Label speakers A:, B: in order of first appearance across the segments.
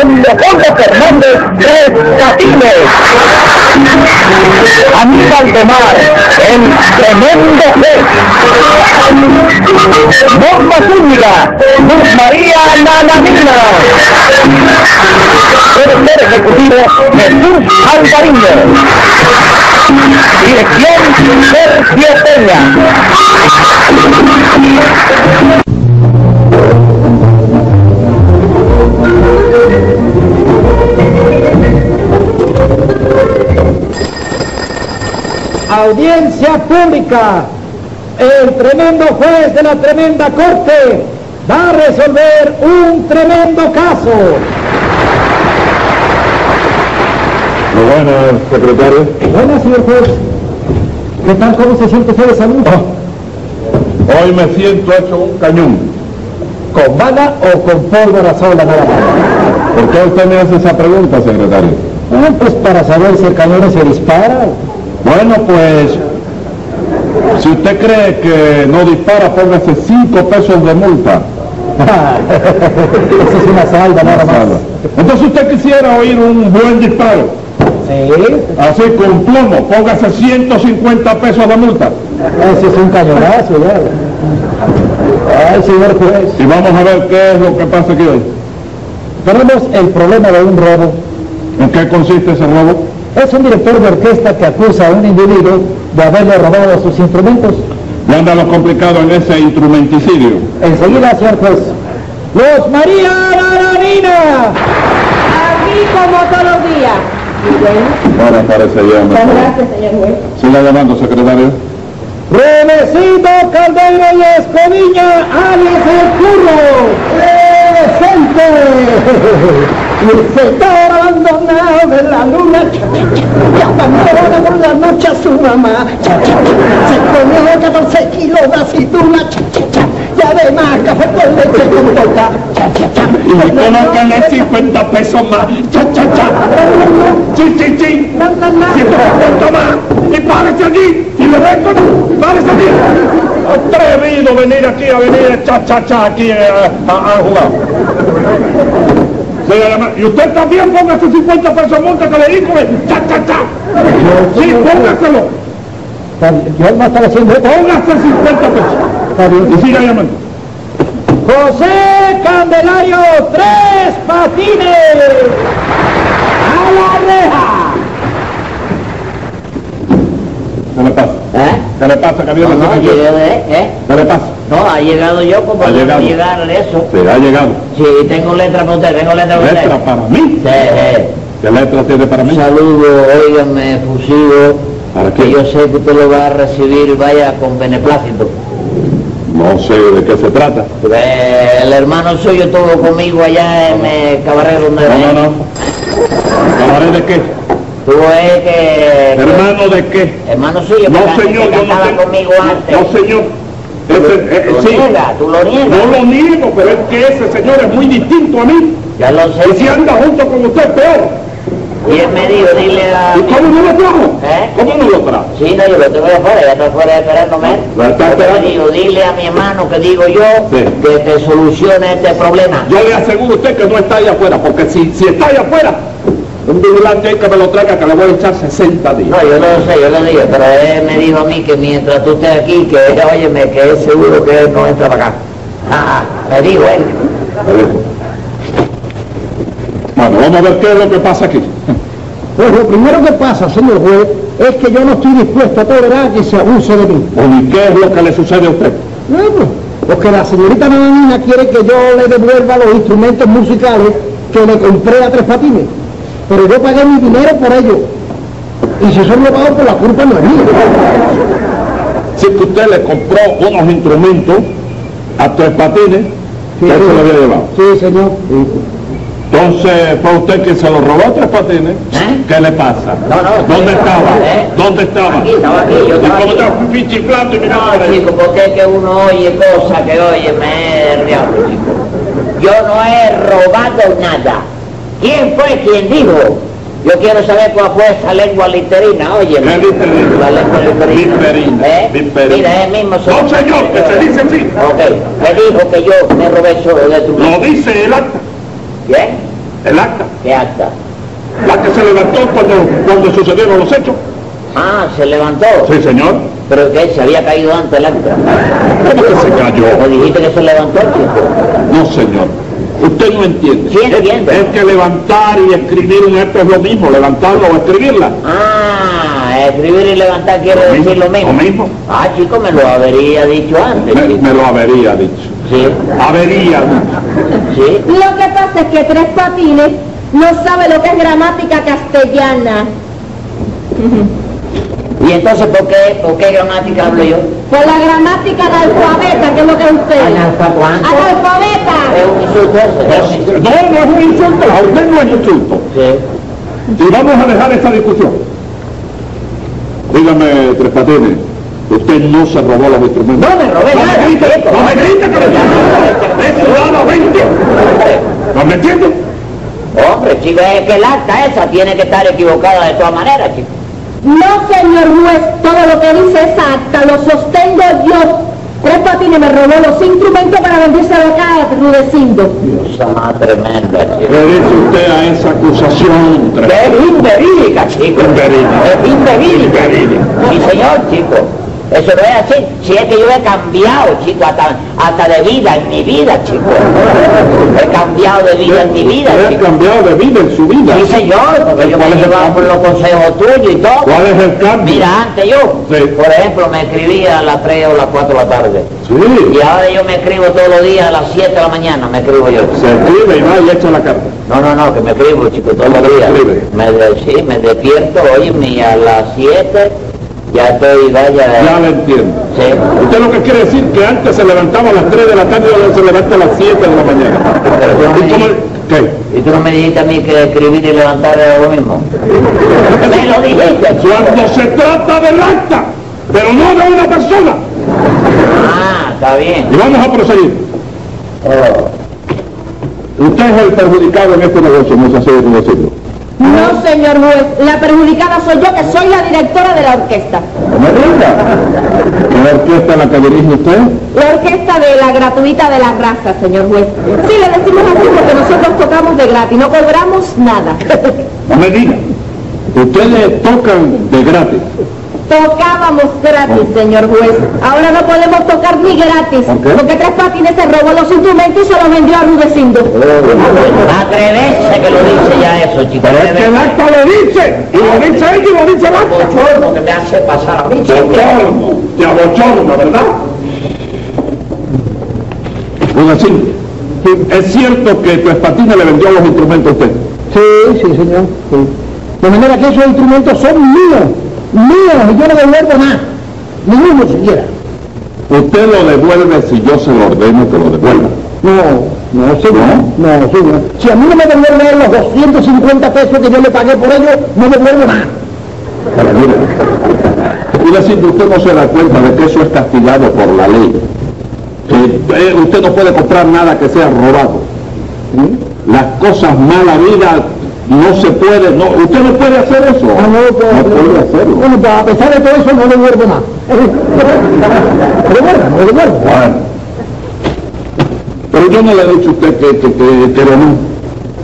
A: En Leopoldo Fernández, tres catines. Aníbal de Mar, el tremendo juez. Norma Zúñiga, Luz María Nanamina. Tercer ejecutivo, Jesús Alvariño. Dirección Sergio Peña.
B: Audiencia pública. El tremendo juez de la tremenda corte va a resolver un tremendo caso.
C: Muy buenas, secretario.
B: Buenas, señor juez. ¿Qué tal? ¿Cómo se siente usted de salud?
C: Hoy me siento hecho un cañón.
B: ¿Con bala o con pólvora sola nada más?
C: ¿Por qué usted me hace esa pregunta, secretario?
B: Ah, pues para saber si el cañón se dispara.
C: Bueno, pues, si usted cree que no dispara, póngase 5 pesos de multa.
B: Eso es una salva nada más.
C: Entonces usted quisiera oír un buen disparo.
B: Sí,
C: Así con plomo, póngase 150 pesos de multa.
B: eso es un cañonazo ya. Ay, señor juez.
C: Y vamos a ver qué es lo que pasa aquí hoy.
B: Tenemos el problema de un robo.
C: ¿En qué consiste ese robo?
B: Es un director de orquesta que acusa a un individuo de haberle robado sus instrumentos.
C: Ya anda lo complicado en ese instrumenticidio.
B: Enseguida, señor juez. ¡Los María Nananina!
D: Aquí como todos los días. Y bueno,
C: Bueno, parece ya
D: muchas
C: mejor.
D: gracias, señor juez.
C: Siga llamando, secretario.
B: Remesito Caldero y Escoviña, alias el curro, presente. Y el sector abandonado de la luna,
E: Ya abandonada por la noche a su mamá. Cha, cha, cha. Se comió 14 kilos de aceituna. Cha, cha, cha. Y además café con leche con torta. Cha, cha, cha.
C: Y usted va a ganar 50 pesos más. Cha, cha, cha. Sí, sí, sí.
E: No, no, no.
C: ¡Cuánto más! ¡Y párese aquí! ¡Y le vengo! ¡Párese aquí! Atrevido venir aquí a venir cha cha cha aquí eh, a, a jugar. Señora Lamar, y usted también póngase 50 pesos multa que le dijo, eh, cha cha cha. Sí, póngaselo.
B: Yo no estaba haciendo esto.
C: Póngase 50 pesos. Y siga llamando.
B: José Candelario, tres patines. A la reja.
C: ¿Qué le pasa?
F: ¿Eh?
C: ¿Qué le pasa,
F: No,
C: Gabriel?
F: no, yo veo, ¿eh? ¿Eh?
C: ¿Qué le pasa?
F: No, ha llegado yo como
C: Ha
F: no
C: llegado.
F: puedo llegar eso.
C: Se ha llegado.
F: Sí, tengo letra para usted, tengo letra para usted.
C: ¿Letra para mí?
F: Sí,
C: ¿Qué letra tiene para
F: sí.
C: mí?
F: Saludo, óigame, fusivo,
C: ¿Para qué?
F: que yo sé que usted lo va a recibir, vaya, con beneplácito.
C: No sé de qué se trata.
F: Eh, el hermano suyo estuvo conmigo allá en eh, Cabaret donde
C: No, no, no. ¿Cabaret de qué?
F: Tuvo eh, que...
C: ¿Hermano de qué?
F: Hermano suyo, que,
C: No,
F: can-
C: señor, yo
F: que
C: no
F: cantaba
C: sé.
F: conmigo antes.
C: No, señor. Ese, eh,
F: Tú lo
C: sí.
F: niegas, tú lo niegas.
C: No lo niego, pero es que ese señor es muy distinto a mí.
F: Ya lo sé.
C: Y si anda junto con usted, peor.
F: Y él me dijo, dile a...
C: ¿Y cómo no lo trajo?
F: ¿Eh?
C: ¿Cómo no lo trajo?
F: Sí, no, yo lo tengo de afuera, ya está afuera esperándome.
C: Lo está
F: Yo
C: esperando.
F: te digo, dile a mi hermano que digo yo
C: Sí.
F: que te solucione este problema.
C: Yo le aseguro a usted que no está ahí afuera, porque si, si está ahí afuera, un vigilante ahí que me lo traiga, que le voy a echar 60 días.
F: No, yo lo sé, yo lo digo, pero él me dijo a mí que mientras tú estés aquí, que él, óyeme, que es seguro que él no entra para acá. Ah, ah, me dijo él.
C: Bueno, vamos a ver qué es lo que pasa aquí.
B: Pues lo primero que pasa, señor juez, es que yo no estoy dispuesto a tolerar que se abuse de mí.
C: Bueno, ¿y qué es lo que le sucede a usted?
B: Bueno, porque la señorita Nananina quiere que yo le devuelva los instrumentos musicales que le compré a Tres Patines. Pero yo pagué mi dinero por ello. Y si son robados por pues la culpa no es mía.
C: Sí que usted le compró unos instrumentos a tres patines que él se lo había llevado.
B: Sí, señor.
C: Entonces fue usted quien se lo robó a tres patines.
F: ¿Eh?
C: ¿Qué le pasa?
F: No, no,
C: ¿Dónde
F: sí,
C: estaba?
F: ¿eh?
C: ¿Dónde estaba?
F: Aquí, estaba aquí, yo
C: Y
F: estaba
C: como
F: aquí.
C: estaba un pichiflato y miraba para
F: No,
C: allá.
F: chico, porque es que uno oye cosas que oye, me el diablo, chico. Yo no he robado nada. ¿Quién fue quien dijo Yo quiero saber cuál fue esa lengua literina, oye.
C: ¿Qué literina?
F: La lengua literina.
C: Viperina,
F: ¿Eh?
C: viperina.
F: Mira, es mismo.
C: No, señor, que se dice así.
F: Ok, me dijo que yo me robé solo de tu
C: Lo dice el acta,
F: ¿Bien?
C: el acta,
F: ¿Qué acta?
C: la que se levantó cuando, cuando sucedieron los hechos.
F: Ah, se levantó.
C: Sí, señor.
F: Pero que se había caído antes el acta.
C: ¿Cómo que se
F: ¿O
C: cayó?
F: dijiste que se levantó, chico?
C: No, señor. Usted no entiende.
F: Sí,
C: Es-
F: entiendo.
C: Es, que levantar y escribir un acta es lo mismo, levantarlo o escribirla.
F: Ah, escribir y levantar quiere
C: Lo mismo,
F: decir lo mismo.
C: lo mismo.
F: Ah, chico, me lo habría dicho antes.
C: Me,
F: chico.
C: me lo habería dicho.
F: Sí,
C: Habería dicho.
F: sí.
D: Lo que pasa es que Tres Patines no sabe lo que es gramática castellana.
F: ¿Y entonces por qué, por qué gramática hablo yo?
D: Por Pues la gramática analfabeta, que es lo que es usted.
F: Analfa- ¿cuánto? Es
D: Analfabeta.
F: un insulto ese, ¿no?
C: No, no es un insulto, a usted no es insulto.
F: Sí.
C: Y vamos a dejar esta discusión. Dígame, Tres Patines, usted no se robó los instrumentos.
F: No me robé
C: ¡No me
F: nada,
C: grite!
F: chico.
C: ¡No me grite que me ¡Es ciudadano 20! ¿No me entiende?
F: Hombre, chico, es que el acta esa tiene que estar equivocada de todas maneras, chico.
D: No, señor juez, todo lo que dice es acta, lo sostengo yo. Tres Patines me robó los instrumentos para venderse acá a Rudecindo.
F: Cosa más tremenda, chico.
C: Regrese usted a esa acusación, Tres
F: Que es inverídica, chico.
C: Inverídica.
F: Es inverídica.
C: Inverídica.
F: Mi señor, chico. Eso no es así. Si es que yo he cambiado, chico, hasta, hasta de vida en mi vida, chico. He cambiado de vida en mi vida,
C: Usted ha
F: chico.
C: cambiado de vida en su vida.
F: Sí, señor, porque yo me
C: ¿Cuál es el
F: llevaba por
C: cambio?
F: los consejos tuyos y todo.
C: ¿Cuál es el cambio?
F: Mira, antes yo,
C: Sí.
F: por ejemplo, me escribía a las 3 o las 4 de la tarde.
C: Sí,
F: Y ahora yo me escribo todos los días a las 7 de la mañana, me escribo yo.
C: se escribe y va y echa la carta.
F: No, no, no, que me escribo, chico, todos los días.
C: Escribe.
F: Me, de- sí, me despierto, oye, mi, a las 7 ya estoy, vaya...
C: Ya la entiendo.
F: Sí,
C: Usted lo que quiere decir que antes se levantaba a las 3 de la tarde y ahora se levanta a las 7 de la mañana.
F: pero tú no me
C: ¿Y cómo?
F: dijiste-
C: ¿Qué?
F: ¿Y tú no me dijiste a mí que escribir y levantar era lo mismo? ¡Me lo dijiste, chico!
C: Cuando se trata del acta, pero no de una persona.
F: Ah, está
C: Y
F: bien.
C: vamos a proseguir. Ah,
F: Oh.
C: Usted es el perjudicado en este negocio, no se hace de decirlo.
D: No, señor juez, la perjudicada soy yo, que soy la directora de la orquesta.
C: ¿No me diga? ¿Qué orquesta la que dirige usted?
D: La orquesta de la gratuita de la raza, señor juez. Sí, le decimos así porque nosotros tocamos de gratis, no cobramos nada.
C: No me diga. Ustedes tocan de gratis.
D: Tocábamos gratis, señor juez. Ahora no podemos tocar ni gratis,
C: ¿Por qué?
D: porque Tres Patines se robó los instrumentos y se los vendió a Rudecindo.
F: Atreverse que lo dice ya eso, chico.
C: Pero es que el acta lo dice. Y lo dice ella y lo dice el acta.
F: Bochorno que me hace pasar a mí, chico.
C: Bochorno. Te abochorno, ¿verdad? Una sí. Es cierto que tu espatina le vendió los instrumentos a usted.
B: Sí, sí, señor. sí. De manera que esos instrumentos son míos, míos, y yo no devuelvo nada, ni uno siquiera.
C: Usted lo devuelve si yo se lo ordeno que lo devuelva.
B: No, no, señor, no, señor. Si a mí no me devuelven los 250 pesos que yo le pagué por ellos, no devuelvo nada.
C: Pero mire, mire, si usted no se da cuenta de que eso es castigado por la ley. Eh, eh, usted no puede comprar nada que sea robado. ¿Mm? Las cosas mal habidas no se puede, no, usted no puede hacer eso.
B: No, no lo puedo
C: No
B: hacer.
C: puede hacerlo.
B: Bueno, pues, a pesar de todo eso, no devuelvo nada. Devuelvo, eh, no devuelvo.
C: Bueno. Pero yo no le he dicho a usted que, que, que, que lo no.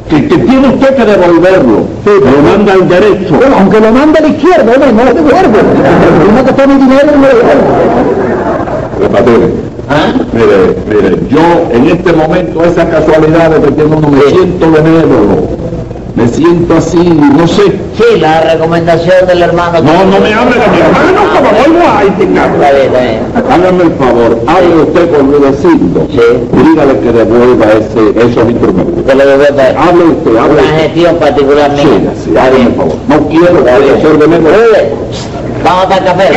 C: Que, que tiene usted que devolverlo. Lo manda al derecho.
B: Bueno, aunque lo mande a la izquierda, hombre, no lo devuelvo. Primero que tome el dinero, no lo devuelvo.
F: ¿Ah?
C: Pues, Mire, mire, yo en este momento esa casualidad de que tiene uno me siento benévolo, me siento así, no sé.
F: Sí, la recomendación del hermano. Ah,
C: No, no me hable de mi hermano, como vuelvo a
F: Está
C: indignarme.
F: bien, está bien.
C: Hágame el favor, hable usted con Rudecindo
F: Sí.
C: y dígale que devuelva ese, esos instrumentos.
F: Que lo devuelva él.
C: Hable usted, hable
F: Una
C: usted.
F: gestión particular mía.
C: Ah, Sí, sí,
F: está
C: hágame el
F: bien.
C: favor. No quiero
F: Está
C: que
F: bien.
C: se ordene eh,
F: Oye, Vamos para el café. ¿Eh?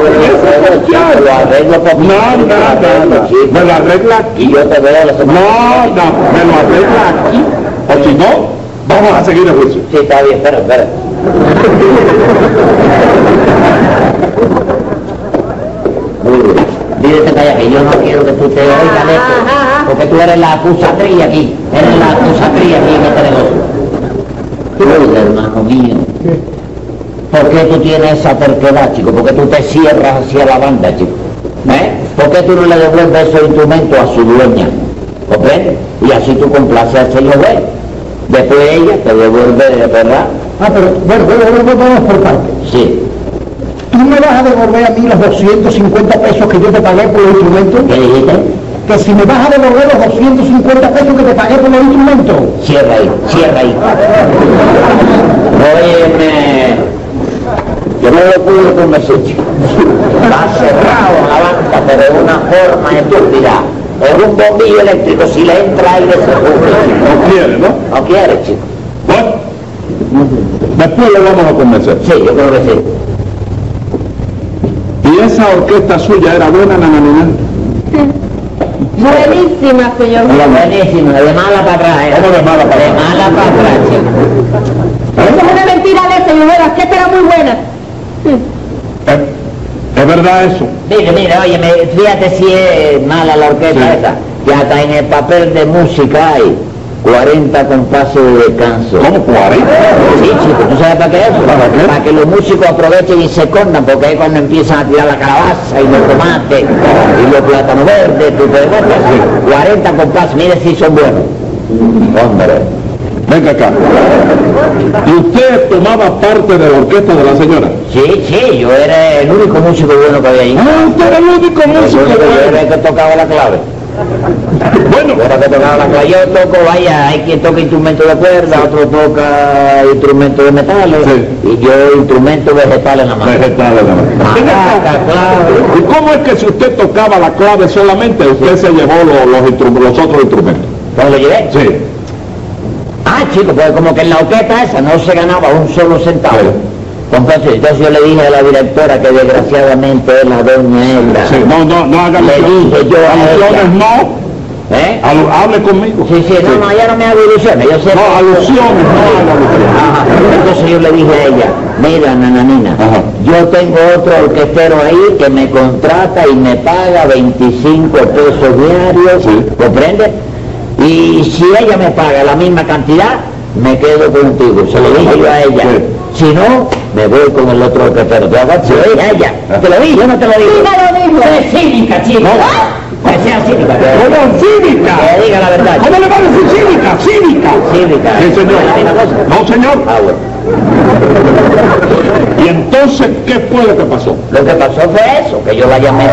F: Lo arreglo por mi-
C: No, nada, nada. Me lo arregla aquí.
F: Y yo te veo la semana.
C: No, no, me lo arregla aquí. O si no, vamos a seguir el juicio.
F: Sí, está bien, espera, espera.
C: Muy bien.
A: Olvídate, calla, que yo no quiero que tú te oigas de esto,
D: Ajá, ajá.
A: porque tú eres la acusatriz aquí, eres la acusatriz aquí en este negocio. Tú, hermano mío, ¿por qué tú tienes esa terquedad, chico? ¿Por qué tú te cierras hacia la banda, chico? ¿Eh? ¿Por qué tú no le devuelves esos instrumentos a su dueña? ¿Comprendes? Y así tú complaces al señor juez. Después ella te devuelve, ¿verdad?
G: Ah, pero bueno, bueno, bueno, bueno, vamos por partes.
A: Sí.
G: ¿Tú me vas a devolver a mí los 250 pesos que yo te pagué por los instrumentos?
A: ¿Qué dijiste?
G: Que si me vas a devolver los 250 pesos que te pagué por los instrumentos.
A: Cierra ahí, cierra ahí. Óyeme, yo no lo pude convencer, chico. Está cerrado en la banca, pero de una forma estúpida. Es un bombillo eléctrico, si le entra aire se cubre, chico.
C: No quiere, ¿no?
A: ¿No quiere, chico?
C: Bueno, después lo vamos a convencer.
A: Sí, yo creo que sí.
C: Y esa orquesta suya era buena, Nananina.
D: Buenísima, señor.
A: Mira, buenísimo, de mala para atrás, ¿eh?
C: ¿Cómo de mala para
A: De mala para atrás, chico.
D: Eso es una mentira de señor. Vera, que esta era muy buena.
C: ¿Eh? ¿Es verdad eso?
A: Mire, mire, óyeme, fíjate si es mala la orquesta
C: Sí.
A: esa. Que hasta en el papel de música hay 40 compases de descanso.
C: ¿Cómo 40?
A: Sí, chico, ¿tú sabes para qué eso?
C: ¿Para qué?
A: que los músicos aprovechen y se escondan, porque ahí cuando empiezan a tirar la calabaza y los tomates y los plátanos verdes, tú te botas, 40 compases, mire si son buenos. Hombre.
C: Venga acá. ¿Y usted tomaba parte de la orquesta de la señora?
A: Sí, sí, yo era el único músico bueno que había ahí.
C: Ah, usted era el único
A: El
C: músico.
A: único que yo era
C: bueno.
A: el que tocaba la clave.
C: Bueno,
A: Yo era que tocaba la clave. Yo toco, vaya, hay quien toca instrumento de cuerda, otro toca instrumento de metales,
C: Sí.
A: Pues y yo instrumento vegetal en la mano.
C: vegetales nada más.
A: Majaca, clave.
C: ¿Y cómo es que si usted tocaba la clave solamente, usted se llevó lo- los, instru- los otros instrumentos?
A: ¿Cómo Pues lo llevé?
C: Sí.
A: Ah, chico, pues como que en la orquesta esa no se ganaba un solo centavo.
C: Sí.
A: Entonces, entonces yo le dije a la directora que desgraciadamente es la doña Elda.
C: sí. No, no, no haga
A: Le
C: alusiones.
A: dije yo a
C: Alusiones
A: ella.
C: no.
A: ¿Eh?
C: Alu- hable conmigo.
A: Sí, sí, no, no, ya no me hago ilusiones, yo sé
C: No,
A: que-
C: alusiones, no haga alusiones.
A: Ajá. Entonces yo le dije a ella, mira, nananina,
C: Ajá.
A: yo tengo otro orquestero ahí que me contrata y me paga 25 pesos diarios,
C: Sí.
A: ¿comprende? Y si ella me paga la misma cantidad, me quedo contigo. Se lo dije yo a ella. Si no, me voy con el otro orquestero. Te lo- se lo dije a ella. Te lo dije, yo no te lo dije.
D: Mira lo dijo.
A: Es cínica, chico. Que sea cínica.
C: Oigan, cívica.
A: Que diga la verdad.
C: ¿Cómo le va a decir cívica? Cívica.
A: Cívica.
C: Sí, señor.
A: ¿Es la misma cosa?
C: No, señor.
A: Ah, bueno.
C: ¿Y entonces qué fue lo que pasó?
A: Lo que pasó fue eso, que yo la llamé.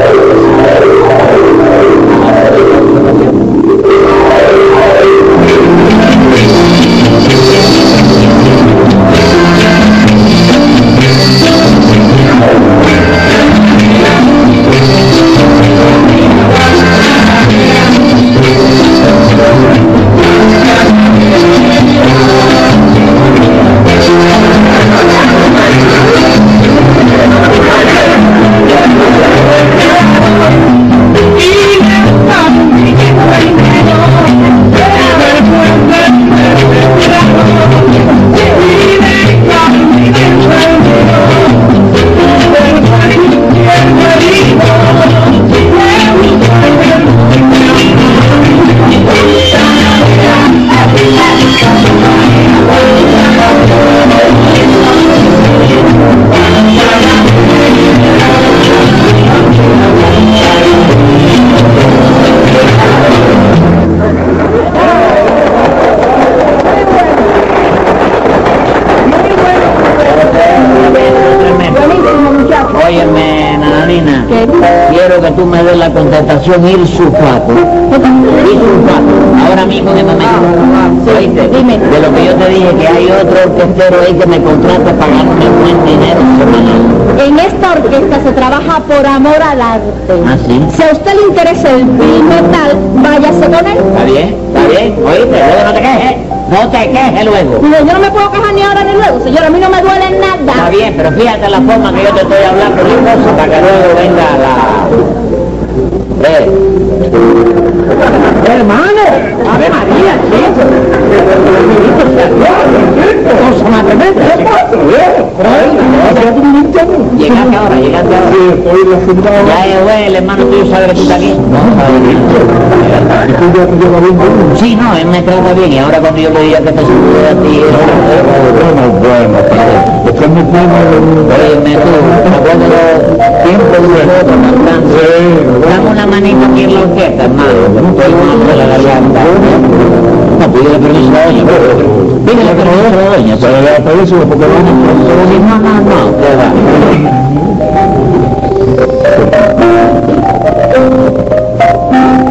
D: Buenísimo, muchacho.
A: Óyeme, Nananina,
D: ¿Qué?
A: quiero que tú me des la contestación ir sulfato. Ir ahora mismo en el momento. ¿Oíste?
D: dime.
A: De lo que yo te dije, que hay otro orquestero ahí que me contrata pagándome un buen dinero semanal.
D: En esta orquesta se trabaja por amor al arte.
A: ¿Ah, sí?
D: Si a usted le interesa el bill metal, váyase con él.
A: ¿Está bien? ¿Está bien? ¿Oíste? Luego no te quejes. No te quejes luego.
D: Mire, yo no me puedo quejar ni ahora ni luego, señor. A mí no me duele nada.
A: Está bien, pero fíjate la forma que yo te estoy hablando de cosas para que luego venga la... Eh. Hermano, Ave María, chico.
F: este
A: Cosa más tremenda. ¿Qué pasa? Llegaste ahora, llegaste ahora.
C: Sí, estoy
B: haberla fundado.
F: Ya es bueno, el hermano tuyo sabe que tú estás aquí. No, sabe
B: Y
F: bien.
B: tú ya, tú ya la ves, ¿no?
F: Sí, no, él me trata bien y ahora cuando yo le diga que te salude a ti,
C: Bueno, bueno, pero es que mi primo
F: oye, me tú, me acuerdo los tiempos de nosotros cantando. Dame una manita aquí en la orquesta, hermano. Estoy con una la garganta. No, pídele permiso a la doña. Pídele permiso a la doña.
C: Pero le agradezco porque lo único
F: Pero si no, no, no, que va.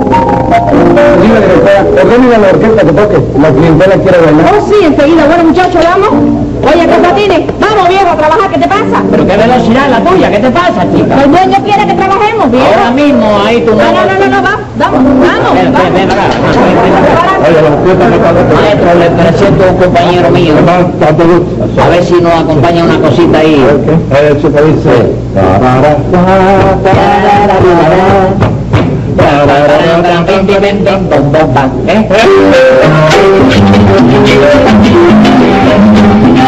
B: Dime, directora, ordena la orquesta que toque. La clientela quiere bailar.
D: Oh, sí, enseguida. Bueno, muchachos, vamos. Oye, Compatines, vamos, viejo, a trabajar. ¿Qué te pasa?
F: Pero qué velocidad la tuya, ¿qué te pasa, chica?
D: El dueño quiere que trabajemos, viejo.
F: Ahora mismo ahí tu
D: No, no, no, no, no, vamos, vamos, vamos.
F: Ven, ven, ven acá.
C: Oye, la orquesta me parece
F: Maestro, le presento a un compañero mío.
C: tanto gusto.
F: A ver si nos acompaña una cosita ahí.
C: Eh, chico, dice. Tarara, tarara,
F: ¿Eh?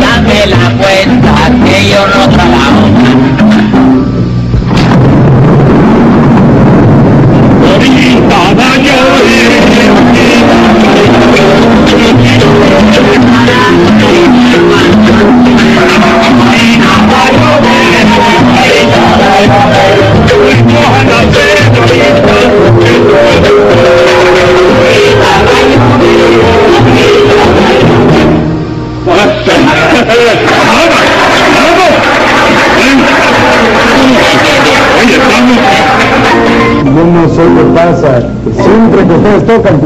H: Dame la cuenta que yo no trabajo.
B: Yo no sé qué pasa. Siempre que ustedes tocan,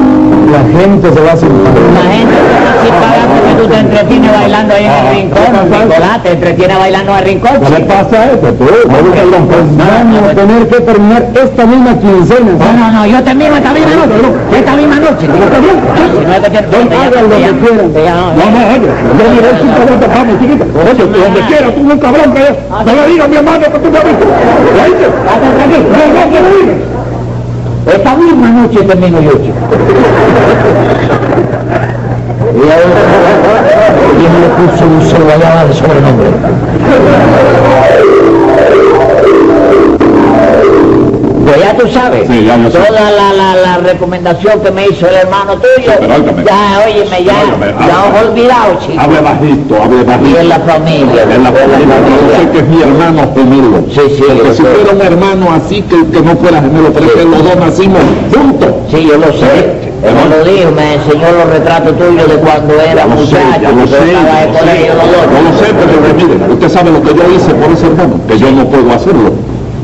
B: la gente se va sin
F: La gente así para porque tú te entretienes bailando ahí en el rincón. Nicolás, te entretienes bailando en el rincón,
C: Ah, ¿Qué le
F: chico.
C: pasa eso, tú?
B: Vamos a tener que terminar esta misma quincena.
F: pues. No, no, no, yo te miro esta misma noche, yo esta misma noche. ¿Cómo te digo? Si no es que te entiendo, ya
B: hagan lo
F: te
B: que
F: llamo,
B: quieran.
F: te llamo.
C: No, no, oye, yo diré si te vas a tapar, chiquita. Oye, tú donde quieras, tú un cabrón que
F: Ah,
C: no le digas a mi hermano que tú me viste. ¿Oíste? No, no, que no digas.
F: Esta misma noche termino yo, chico. Y ahora, y él le puso un sobrallaba de sobrenombre. Pues ya tú sabes,
C: Sí, ya yo sé.
F: toda la, la, la recomendación que me hizo el hermano tuyo,
C: Pero óigame.
F: ya, óyeme, ya,
C: Óigame,
F: ya os he olvidado, chico.
C: Hable bajito, hable
F: Y
C: bajito.
F: en la familia,
C: En la familia, yo sé que es mi hermano gemelo.
F: Sí, sí,
C: Porque
F: yo
C: si
F: sé.
C: fuera un hermano así, que, que no fuera gemelo, pero es que los dos nacimos juntos.
F: Sí, yo lo sé. Él me lo Eh, dijo, me enseñó los retratos tuyos de cuando era
C: Ya lo sé,
F: muchacho,
C: ya lo
F: cuando
C: sé,
F: estaba
C: ya
F: de
C: lo sé.
F: colegio, los dos.
C: Yo lo sé, pero mire, usted sabe lo que yo hice por ese hermano, que yo no puedo hacerlo.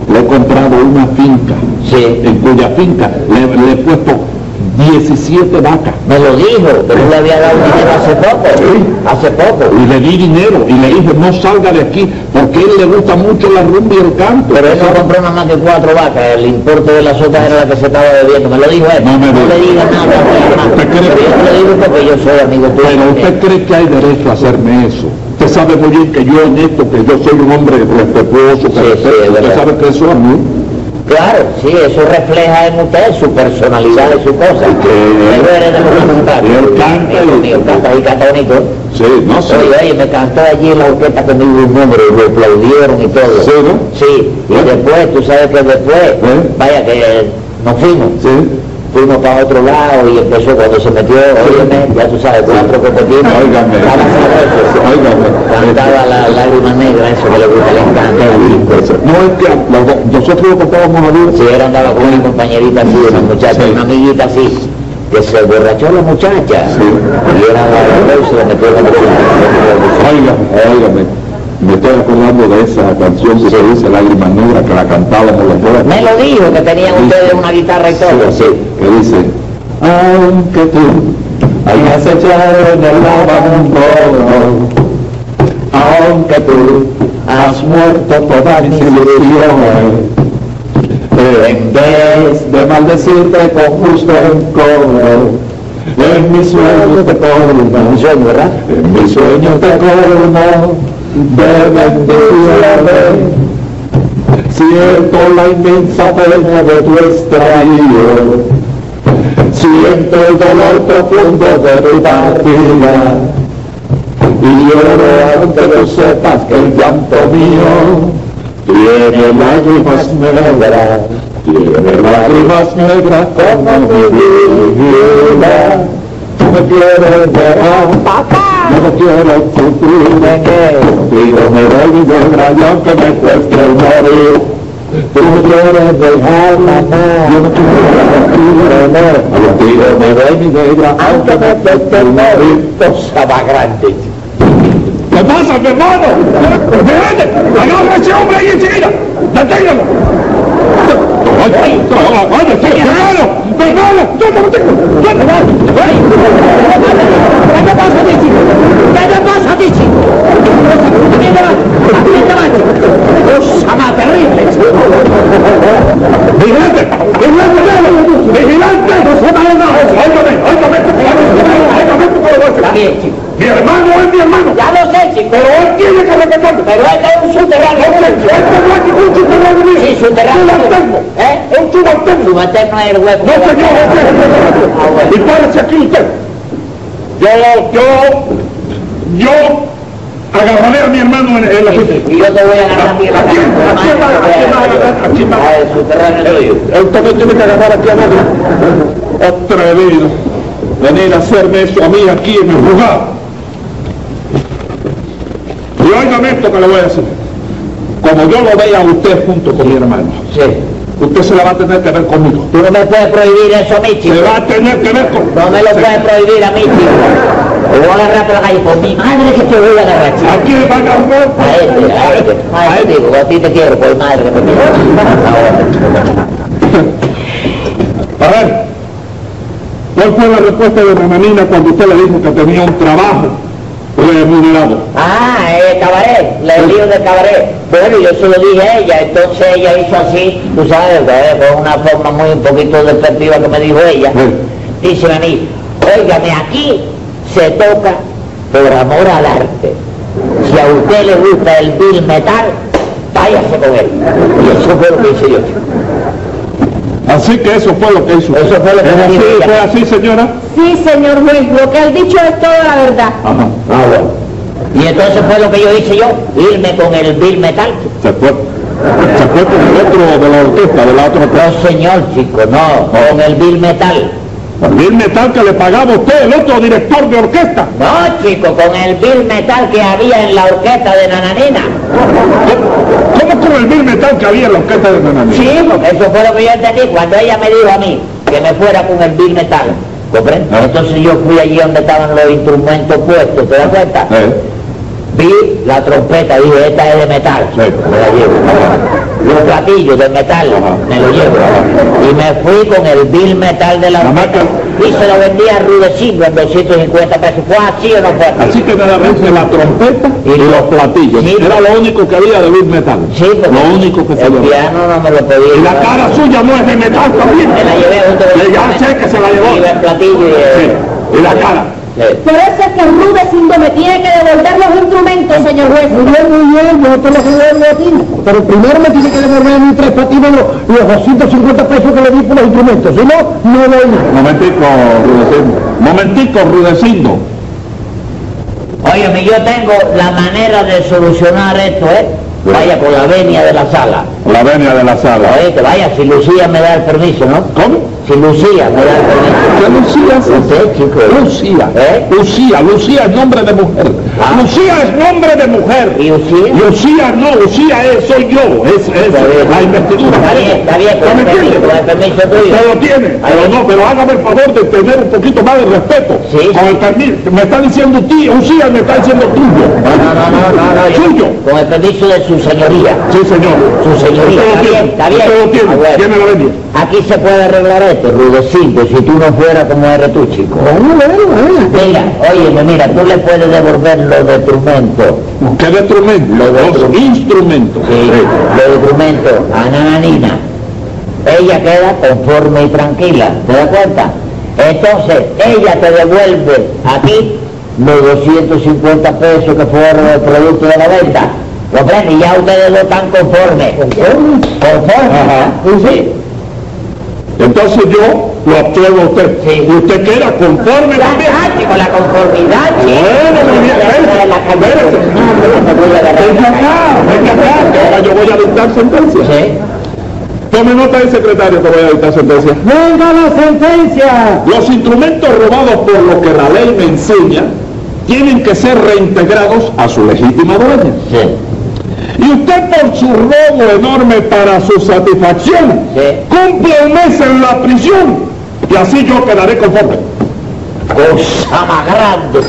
C: Le he comprado una finca,
F: Sí.
C: en cuya finca le, le he puesto 17 vacas.
F: Me lo dijo, pero yo le había dado dinero hace poco. Hace poco.
C: Y le di dinero y le dije, no salga de aquí, porque a él le gusta mucho la rumba y el canto.
F: Pero él no compró nada más que cuatro vacas. El importe de las otras era la que se estaba bebiendo. Me lo dijo él.
C: No me diga.
F: le diga nada, hermano.
C: ¿Usted cree?
F: Pero yo te lo digo porque yo soy amigo tuyo.
C: Pero usted cree que hay derecho a hacerme eso. Usted sabe muy bien que yo en esto, que yo soy un hombre respetuoso, que
F: Sí,
C: respeto,
F: sí, es
C: usted
F: verdad.
C: sabe que eso a mí,
F: Claro, sí, eso refleja en usted su personalidad y su cosa.
C: que-
F: Pero eres de los contrarios.
C: Él canta y-
F: Amigo mío, canta y canta bonito.
C: sí, no sé.
F: Oye, oye, me cantó allí en la orquesta conmigo un hombre, y lo aplaudieron y todo.
C: ¿Sí, no?
F: Sí, y
C: ¿Eh?
F: después, tú sabes que después, vaya que eh, nos fuimos.
C: Sí.
F: fuimos para otro lado y empezó cuando se metió, óyeme, ya tú sabes, cuatro cocotines,
C: Óigame.
F: estaba sabroso.
C: Óigame.
F: cantaba la lágrima negra, eso que le gusta, le encanta.
C: No es que los dos- nosotros lo contábamos a Dios.
F: Si él andaba con una compañerita así, una muchacha,
C: Sí.
F: una amiguita así, que se borrachó la muchacha.
C: Sí.
F: Y era la y se la metió en la cocina.
C: Óigame, óigame. Me estoy acordando de esa canción que se dice Lágrimas Negras, que la cantábamos los dos.
F: Me lo dijo que tenían ustedes una guitarra y todo.
C: Sí, que dice, aunque tú hayas echado en el agua un gorro, aunque tú has muerto todas mis ilusiones, en vez de maldecirte con justo encono, en mis sueños te colmo,
F: ¿verdad?
C: en mis sueños te colmo de bendiciones. Siento la inmensa pena de tu extravío, siento el dolor profundo de tu partida, y lloro aunque tú sepas que el llanto mío tiene lágrimas negras, tiene lágrimas negras como mi vida. No me quieres dejar, papá, no me quieres sufrir, me Contigo me doy mi desgracia que me cueste el morir. Tú me quieres dejar, mamá, yo no quiero dejar Contigo me doy mi negra, aunque me cueste el morir. Cosa más grande. ¿Qué pasa, mi hermano? ¡Vete! ¡Agarra a ese hombre ahí enseguida! ¡Deténgalo! ¡Hermano! ¡Hermano! ¡Suéltame, chico! ¡Suéltame!
E: ¿Qué te pasa, Tichi? ¿Qué te pasa, Tichi? ¿A quién te vas? ¿A quién te vas? Cosa más terrible.
C: ¡Vigilante! ¡Vigilante, Pedro! ¡Vigilante! ¡No se me haga! ¡Óigame! ¡Óigame! ¡Óigame!
F: Está
C: ¡Óigame!
F: bien, chico.
C: ¡Mi hermano es mi hermano!
F: Ya lo sé, chico.
C: ¡Pero él tiene que respetarme!
F: Pero este es un
C: ¡Este
F: subterráneo.
C: no es ningún superhéroe mío!
F: Sí, subterráneo.
C: ¡Un subalterno!
F: ¿Eh?
C: ¡Un subalterno!
F: Subalterno es el hueco.
C: ¡No, señor! ¡Este es el
F: Ah,
C: superhéroe!
F: bueno.
C: ¡Y párese aquí usted! Yo, yo, yo agarraré a mi hermano en, en la
F: Sí,
C: justicia.
F: Y yo te voy a agarrar a ti en la
C: ¿A quién? ¿A quién va? ¿A quién va a agarrar? ¿A quién va?
F: Ah, el subterráneo es tuyo.
C: Él también tiene que agarrar aquí a nadie. Atrevido. Venir a hacerme eso a mí aquí en mi juzgado. Y óigame esto que le voy a decir. Como yo lo vea a usted junto con mi hermano,
F: Sí.
C: usted se la va a tener que ver conmigo.
F: Tú no me puedes prohibir eso a mí, chico.
C: Se va a tener que ver conmigo.
F: No me lo puedes prohibir a mí, chico. Te voy a agarrar por la calle. Por mi madre que te voy a agarrar, chico.
C: ¿A quién va a agarrar?
F: A este, a este. A este, digo, a ti te quiero, por madre que te quiero. Ahora.
C: A ver, ¿cuál fue la respuesta de Nananina cuando usted le dijo que tenía un trabajo remunerado?
F: Ah, eh, cabaret, la el lío del cabaret. Bueno, yo se lo dije a ella, entonces ella hizo así, tú sabes, eh, con una forma muy un poquito despectiva que me dijo ella.
C: Sí.
F: Dice a mí, óigame, aquí se toca por amor al arte. Si a usted le gusta el bill metal, váyase con él. Y eso fue lo que hice yo.
C: Así que eso fue lo que hizo.
F: Eso fue lo que
C: ¿Es
F: me
C: así,
F: dijo ella.
C: ¿Fue así, señora?
D: Sí, señor juez, lo que él dicho es toda la verdad.
C: Ajá.
F: Ah, bueno. Y entonces fue lo que yo hice yo, irme con el bill metal.
C: Se fue, se fue con el otro de la orquesta, de la otra orquesta.
F: No señor, chico, no, con el bill metal.
C: El metal que le pagaba a usted, el otro director de orquesta.
F: No, chico, con el vil metal que había en la orquesta de Nananina.
C: ¿Cómo con el mil metal que había en la orquesta de Nananina?
F: Sí, porque eso fue lo que yo entendí cuando ella me dijo a mí que me fuera con el vil metal. ¿Comprende?
C: Ah.
F: Entonces yo fui allí donde estaban los instrumentos puestos, ¿te das cuenta?
C: Eh,
F: Vi la trompeta, dije, esta es de metal,
C: Sí.
F: me la llevo. Los platillos de metal,
C: Ajá.
F: me lo llevo. Y me fui con el vil metal de la
C: La marca-
F: orquesta y se lo vendía a Rudecindo en 250 pesos. ¿Fue así o no fue así?
C: Así que nada más de la trompeta
F: Y
C: y los
F: los-
C: platillos.
F: Sí.
C: Era lo único que había de Bill Metal.
F: Sí, porque
C: Lo único que se
F: el
C: llevó.
F: piano no me lo podía
C: Y la
F: llevar.
C: cara suya no es de metal también.
F: Me la llevé junto con
C: Sí,
F: el
C: ya sé que se la llevó.
F: Iba en platillo y...
C: Sí,
F: eh,
C: y la cara.
F: eh,
D: Por eso es que Rudecindo me tiene que devolver los instrumentos, señor juez.
B: Muy bien, muy bien, yo te los devuelvo a ti. Pero primero me tiene que devolver mis tres patines los, los 250 pesos que le di por los instrumentos. Si no, no lo hice.
C: Momentico, Rudecindo. Momentico, Rudecindo.
F: Óyeme, yo tengo la manera de solucionar esto, ¿eh?
A: Vaya con la venia de la sala.
C: La venia de la sala.
A: Oíste, vaya, si Lucía me da el permiso, ¿no?
C: ¿Cómo?
A: Si Lucía me da el
C: ¿Qué
A: permiso.
C: Lucía es esa?
A: Usted, chico.
C: Lucía.
A: ¿Eh?
C: Lucía, Lucía es nombre de mujer.
A: Ah.
C: Lucía es nombre de mujer.
A: ¿Y Lucía?
C: Lucía no, Lucía es, soy yo, es, es
A: Está bien.
C: la investidura.
A: Está bien, está bien,
C: ¿Ya
A: con
C: me
A: el permiso,
C: entiende?
A: con el permiso tuyo.
C: Se lo tiene, pero no, pero hágame el favor de tener un poquito más de respeto.
A: Sí.
C: Con el permiso, me está diciendo ti, Lucía me está diciendo tuyo.
A: No, no, no, no, no, no, yo-
C: Suyo.
A: Con el permiso de su señoría.
C: Sí, señor.
A: Su señoría,
C: Usted lo
A: está
C: tiene,
A: bien, está bien.
C: usted lo tiene,
A: Ah, bueno.
C: tiene la venia.
A: Aquí se puede arreglar esto, Rudecindo, si tú no fueras como eres tú, chico. Mira, óyeme, mira, tú le puedes devolver los destrumentos,
C: ¿Qué instrumento? Los instrumentos.
A: sí, los instrumentos a Nananina. Ella queda conforme y tranquila, ¿te das cuenta? Entonces, ella te devuelve a ti los 250 pesos que fueron el producto de la venta. ¿Comprende? Y ya ustedes no están conformes. ¿Conforme?
C: Ajá.
A: Sí.
C: Entonces yo lo apruebo a usted.
A: Sí.
C: Y usted queda conforme
A: Ya
C: también.
A: está, chico, la conformidad. chico.
C: Bueno, muy bien, espérese,
A: La calle. Ah,
C: espérese. Venga acá, venga acá, que ahora yo voy a dictar sentencia.
A: Sí.
C: Tome nota del secretario que voy a dictar sentencia.
I: ¡Venga la sentencia!
C: Los instrumentos robados por lo que la ley me enseña tienen que ser reintegrados a su legítima dueña.
A: Sí.
C: Y usted por su robo enorme para su satisfacción
A: Sí.
C: cumple un mes en la prisión y así yo quedaré conforme.
A: Cosa más grande.